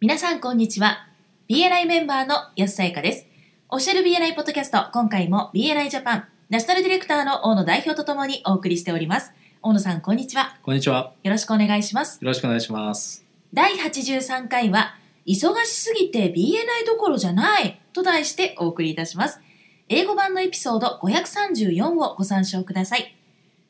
皆さんこんにちは BNI メンバーの安さゆかですオフィシャル BNI ポッドキャスト今回も BNI ジャパンナショナルディレクターの大野代表とともにお送りしております大野さんこんにちはこんにちは。よろしくお願いしますよろしくお願いします。第83回は「忙しすぎて BNI どころじゃない」と題してお送りいたします英語版のエピソード534をご参照ください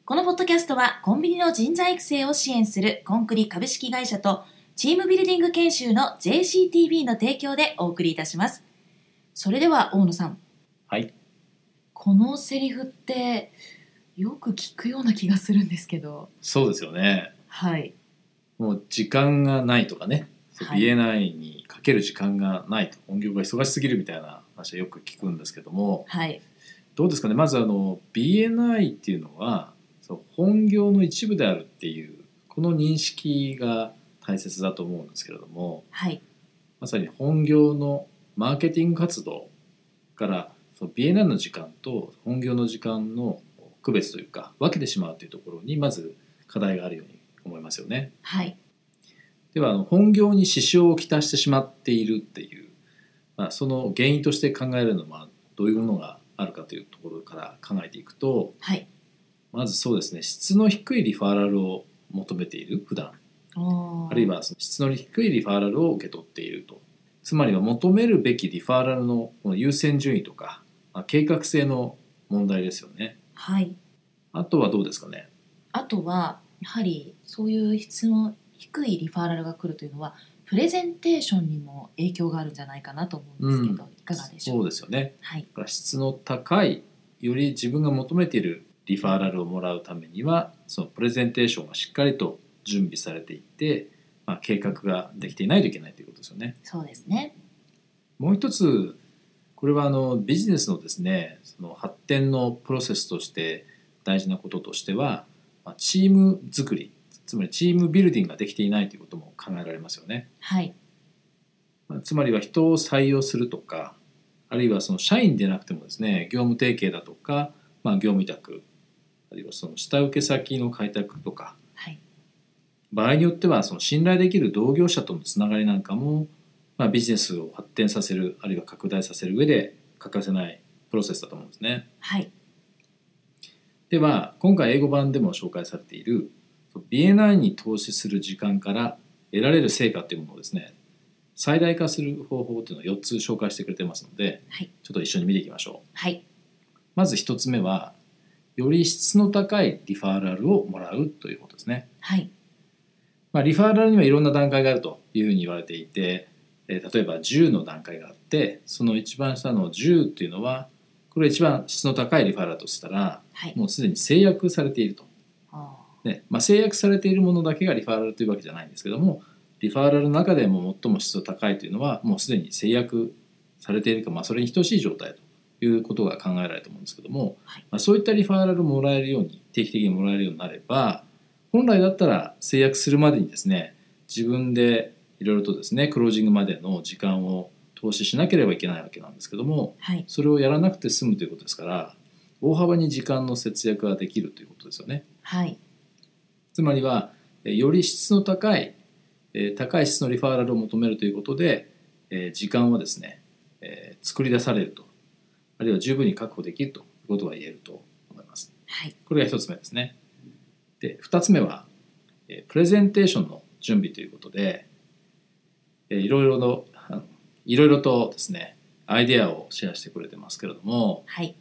このポッドキャストはコンビニの人材育成を支援するコンクリ株式会社とチームビルディング研修の JCTV の提供でお送りいたしますそれでは大野さんはい。このセリフってよく聞くような気がするんですけどそうですよね。はいもう時間がないとかね。そうはい BNI にかける時間がないと本業が忙しすぎるみたいな話はよく聞くんですけどもはいどうですかねまずあの BNI っていうのはそう本業の一部であるっていうこの認識が大切だと思うんですけれどもはいまさに本業のマーケティング活動からその BNI の時間と本業の時間の区別というか分けてしまうというところにまず課題があるように思いますよね。はいではあの本業に支障をきたしてしまっているっていう、まあ、その原因として考えるのはまあどういうものがあるかというところから考えていくとはいまずそうですね質の低いリファーラルを求めている普段ああるいはその質の低いリファーラルを受け取っていると。つまりは求めるべきリファーラルのこの優先順位とか、まあ、計画性の問題ですよね。はいあとはどうですかね。あとはやはりそういう質の低いリファーラルが来るというのはプレゼンテーションにも影響があるんじゃないかなと思うんですけど、いかがでしょうそうですよね。はいだから質の高い、より自分が求めているリファーラルをもらうためには、そのプレゼンテーションがしっかりと準備されていて、まあ、計画ができていないといけないということですよね。そうですねもう一つこれはあのビジネスのですねその発展のプロセスとして大事なこととしてはまあチーム作りつまりチームビルディングができていないということも考えられますよね。はいまあつまりは人を採用するとかあるいはその社員でなくてもですね業務提携だとか、まあ、業務委託あるいはその下請け先の開拓とかはい場合によってはその信頼できる同業者とのつながりなんかも、まあ、ビジネスを発展させるあるいは拡大させる上で欠かせないプロセスだと思うんですね。はいでは今回英語版でも紹介されている BNI に投資する時間から得られる成果というものをですね最大化する方法というのを4つ紹介してくれてますので、はいちょっと一緒に見ていきましょう。はいまず1つ目はより質の高いリファーラルをもらうということですね。はいまあ、リファーラルにはいろんな段階があるというふうに言われていて、えー例えば10の段階があってその一番下の10っていうのはこれ一番質の高いリファーラルとしたらはいもうすでに制約されていると、あねまあ、制約されているものだけがリファーラルというわけじゃないんですけどもリファーラルの中でも最も質の高いというのはもうすでに制約されているか、まあ、それに等しい状態ということが考えられると思うんですけども、はいまあ、そういったリファーラルをもらえるように定期的にもらえるようになれば本来だったら制約するまでにですね自分でいろいろとですねクロージングまでの時間を投資しなければいけないわけなんですけどもーはいそれをやらなくて済むということですから大幅に時間の節約ができるということですよね。はいつまりはえーより質の高いえー高い質のリファーラルを求めるということでえー時間はですねえー作り出されるとあるいは十分に確保できるということが言えると思います。はいこれが一つ目ですね。で二つ目はえープレゼンテーションの準備ということでえーいろいろのあのいろいろとですねアイデアをシェアしてくれてますけれどもはい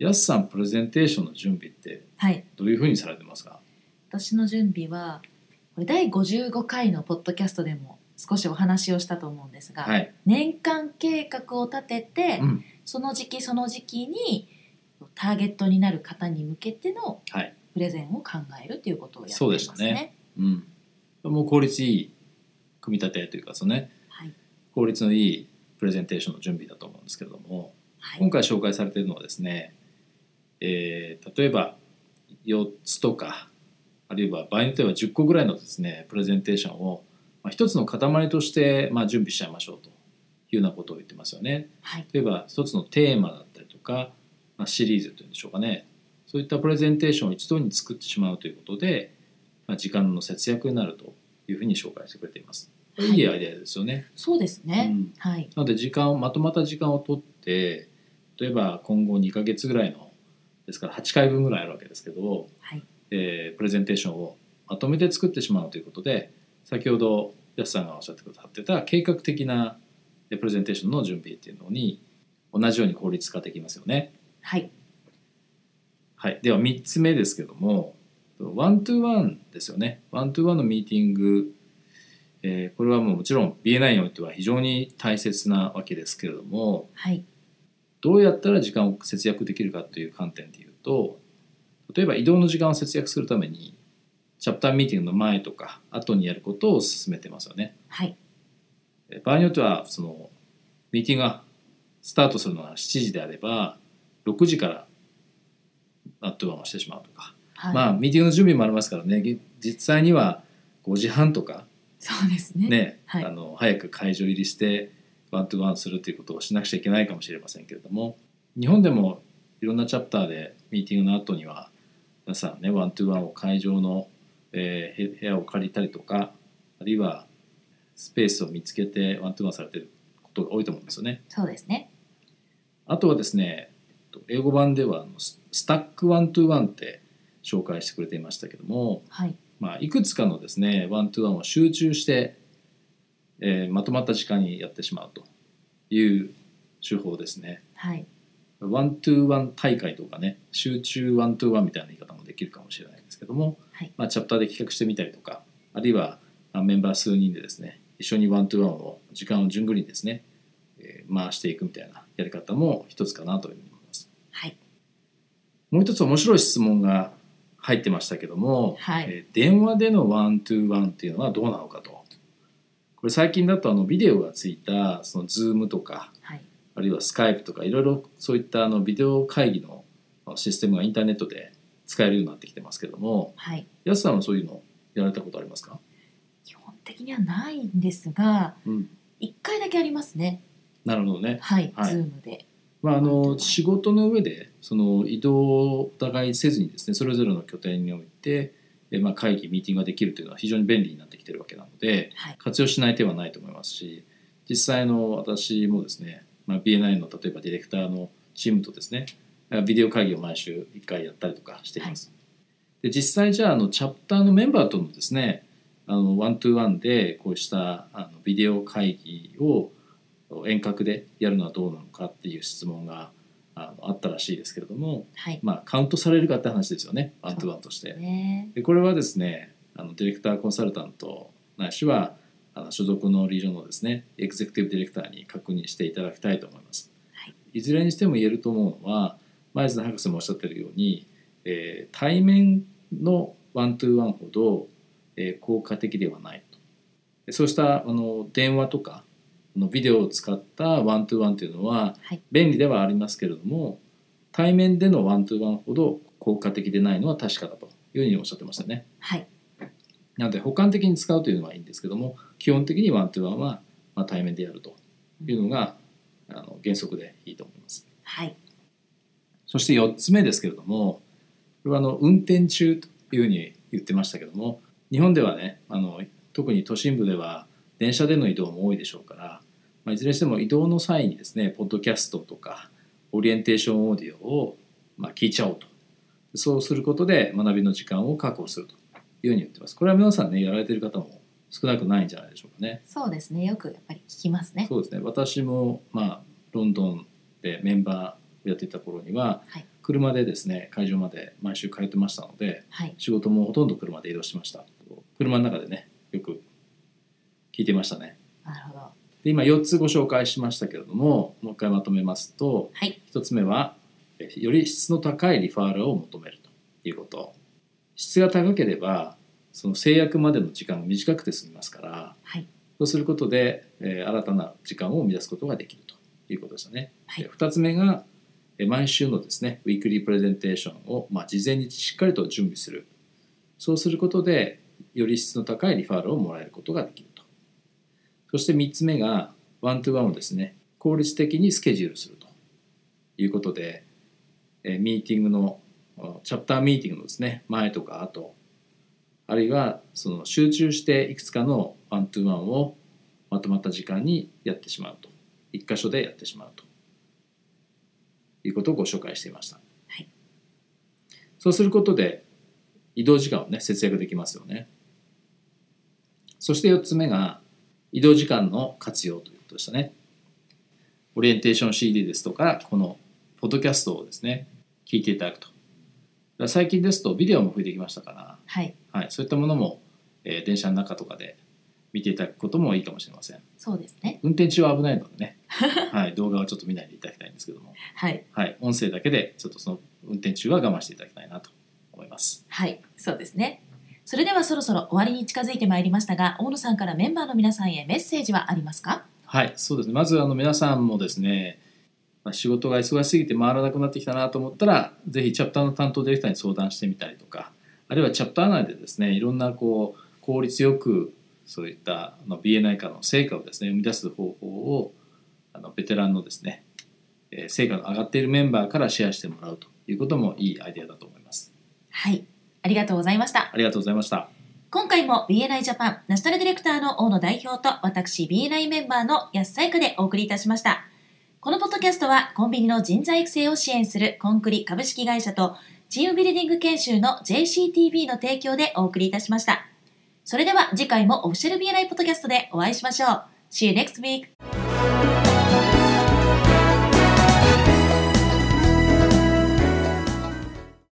やすさんプレゼンテーションの準備ってはいどういうふうにされてますか私の準備はこれ第55回のポッドキャストでも少しお話をしたと思うんですが、はい、年間計画を立てて、うんその時期その時期にターゲットになる方に向けてのはいプレゼンを考えるということをやっていそうまですしたねね。うん、もう効率いい組み立てというかそのねはい効率のいいプレゼンテーションの準備だと思うんですけれどもはい今回紹介されているのはですね、えー例えば4つとかあるいは場合によっては10個ぐらいのですねプレゼンテーションを、まあ、一つの塊として、まあ、準備しちゃいましょうというようなことを言ってますよね。はい例えば一つのテーマだったりとか、まあ、シリーズというんでしょうかねそういったプレゼンテーションを一度に作ってしまうということで、まあ、時間の節約になるというふうに紹介してくれています。はいいいアイデアですよね。そうですうね。んはい。なので時間をまとまった時間を取って例えば今後2ヶ月ぐらいのですから8回分ぐらいあるわけですけど、はいえープレゼンテーションをまとめて作ってしまうということで先ほど安さんがおっしゃってくださってた計画的なえープレゼンテーションの準備っていうのに同じように効率化できますよね。はい。はい、では3つ目ですけどもワントゥーワンですよねワントゥーワンのミーティング、えーこれはもうもちろん BNI においては非常に大切なわけですけれどもはい。どうやったら時間を節約できるかという観点で言うと例えば移動の時間を節約するためにチャプターミーティングの前とか後にやることを勧めてますよねはい。えー場合によってはそのミーティングがスタートするのが7時であれば6時からワントゥーワンをしてしまうとかはい。まあミーティングの準備もありますからねぎ実際には5時半とかそうですね。ね、はいあの早く会場入りしてワントゥワンするということをしなくちゃいけないかもしれませんけれども日本でもいろんなチャプターでミーティングの後には皆さんねワントゥワンを会場の、えーへ部屋を借りたりとかあるいはスペースを見つけてワントゥワンされてることが多いと思うんですよね。そうですね。あとはですね英語版ではあのススタックワントゥワンって紹介してくれていましたけどもはい。まあ、いくつかのですねワントゥーワンを集中して、えーまとまった時間にやってしまうという手法ですね。はい。ワントゥーワン大会とかね集中ワントゥーワンみたいな言い方もできるかもしれないんですけども、はいまあ、チャプターで企画してみたりとかあるいはあメンバー数人でですね一緒にワントゥーワンを時間を順繰りにですね、えー回していくみたいなやり方も一つかなというふうに思います。はい。もう一つ面白い質問が入ってましたけども、はいえー電話でのワントゥーワンっていうのはどうなのかとこれ最近だとあのビデオがついたその Zoom とかはい。あるいは Skype とかいろいろそういったあのビデオ会議のシステムがインターネットで使えるようになってきてますけどもはい。安さんはそういうのやられたことありますか、基本的にはないんですが、うん、一回だけありますね。なるほどね、はい。はいズームで。まあ、あはのい仕事の上でその移動をお互いせずにですねそれぞれの拠点において、えまあ、会議ミーティングができるというのは非常に便利になってきてるわけなので、はい活用しない手はないと思いますし実際の私もですね、まあ、BNI の例えばディレクターのチームとですねビデオ会議を毎週1回やったりとかしています。で実際じゃああのチャプターのメンバーとのですねあのワントゥーワンでこうしたあのビデオ会議を遠隔でやるのはどうなのかっていう質問があのあったらしいですけれども、はい。まあ、カウントされるかって話ですよねワントゥーワンとして。ね。でこれはですねあのディレクターコンサルタントないしはあの所属の理事のですねエグゼクティブディレクターに確認していただきたいと思います、、はいずれにしても言えると思うのは前津博士もおっしゃってるように、えー対面のワントゥーワンほど、えー効果的ではないとでそうしたあの電話とかあのビデオを使ったワントゥーワンというのははい。便利ではありますけれども対面でのワントゥーワンほど効果的でないのは確かだというふうにおっしゃってましたね。はい。なので補完的に使うというのはいいんですけども基本的にワントゥーワンはまあ対面でやるというのがあの原則でいいと思います。はい。そして4つ目ですけれどもこれはあの運転中というふうに言ってましたけども日本ではねあの特に都心部では電車での移動も多いでしょうから、まあ、いずれにしても移動の際にですねポッドキャストとかオリエンテーションオーディオをまあ聞いちゃおうとそうすることで学びの時間を確保するというふうに言ってますこれは皆さんねやられてる方も少なくないんじゃないでしょうかね。そうですね。よくやっぱり聞きますね。そうですね私も、まあ、ロンドンでメンバーをやっていた頃には、はい車でですね会場まで毎週通ってましたのではい。仕事もほとんど車で移動してました車の中でねよく聞いてましたねなるほど。はで今4つご紹介しましたけれどももう一回まとめますとい。 1つ目はえより質の高いリファーラーを求めるということ質が高ければその制約までの時間が短くて済みますからはい。そうすることで、えー新たな時間を生み出すことができるということでしたね。はいで2つ目が、えー毎週のですねウィークリープレゼンテーションを、まあ、事前にしっかりと準備するそうすることでより質の高いリファールをもらえることができるとそして3つ目がワントゥーワンをですね効率的にスケジュールするということで、えーミーティングのあチャプターミーティングのですね前とか後あるいはその集中していくつかのワントゥーワンをまとまった時間にやってしまうと一箇所でやってしまうということをご紹介していました、はいそうすることで移動時間をね節約できますよねそして4つ目が移動時間の活用ということでしたねオリエンテーション CD ですとかこのポッドキャストをですね聞いていただくとだから最近ですとビデオも増えてきましたからはい、はい、そういったものも、えー電車の中とかで見ていただくこともいいかもしれませんそうですね。運転中は危ないのでね、はい、動画はちょっと見ないでいただきたいんですけども、はい、はい、音声だけでちょっとその運転中は我慢していただきたいなと思いますはい、そうですね。それではそろそろ終わりに近づいてまいりましたが、大野さんからメンバーの皆さんへメッセージはありますかはいそうですねまずあの皆さんもですねまあ仕事が忙しすぎて回らなくなってきたなと思ったらぜひチャプターの担当ディレクターに相談してみたりとかあるいはチャプター内でですねいろんなこう効率よくそういったあの BNI 化の成果をですね生み出す方法をあのベテランのですね、えー成果が上がっているメンバーからシェアしてもらうということもいいアイデアだと思います。はい、ありがとうございました。ありがとうございました。今回も BNI ジャパンナショナルディレクターの大野代表と私 BNI メンバーの安彩久でお送りいたしました。このポッドキャストはコンビニの人材育成を支援するコンクリ株式会社とチームビルディング研修の JCTV の提供でお送りいたしました。それでは次回もオフィシャル BNI ポッドキャストでお会いしましょう。See you next week!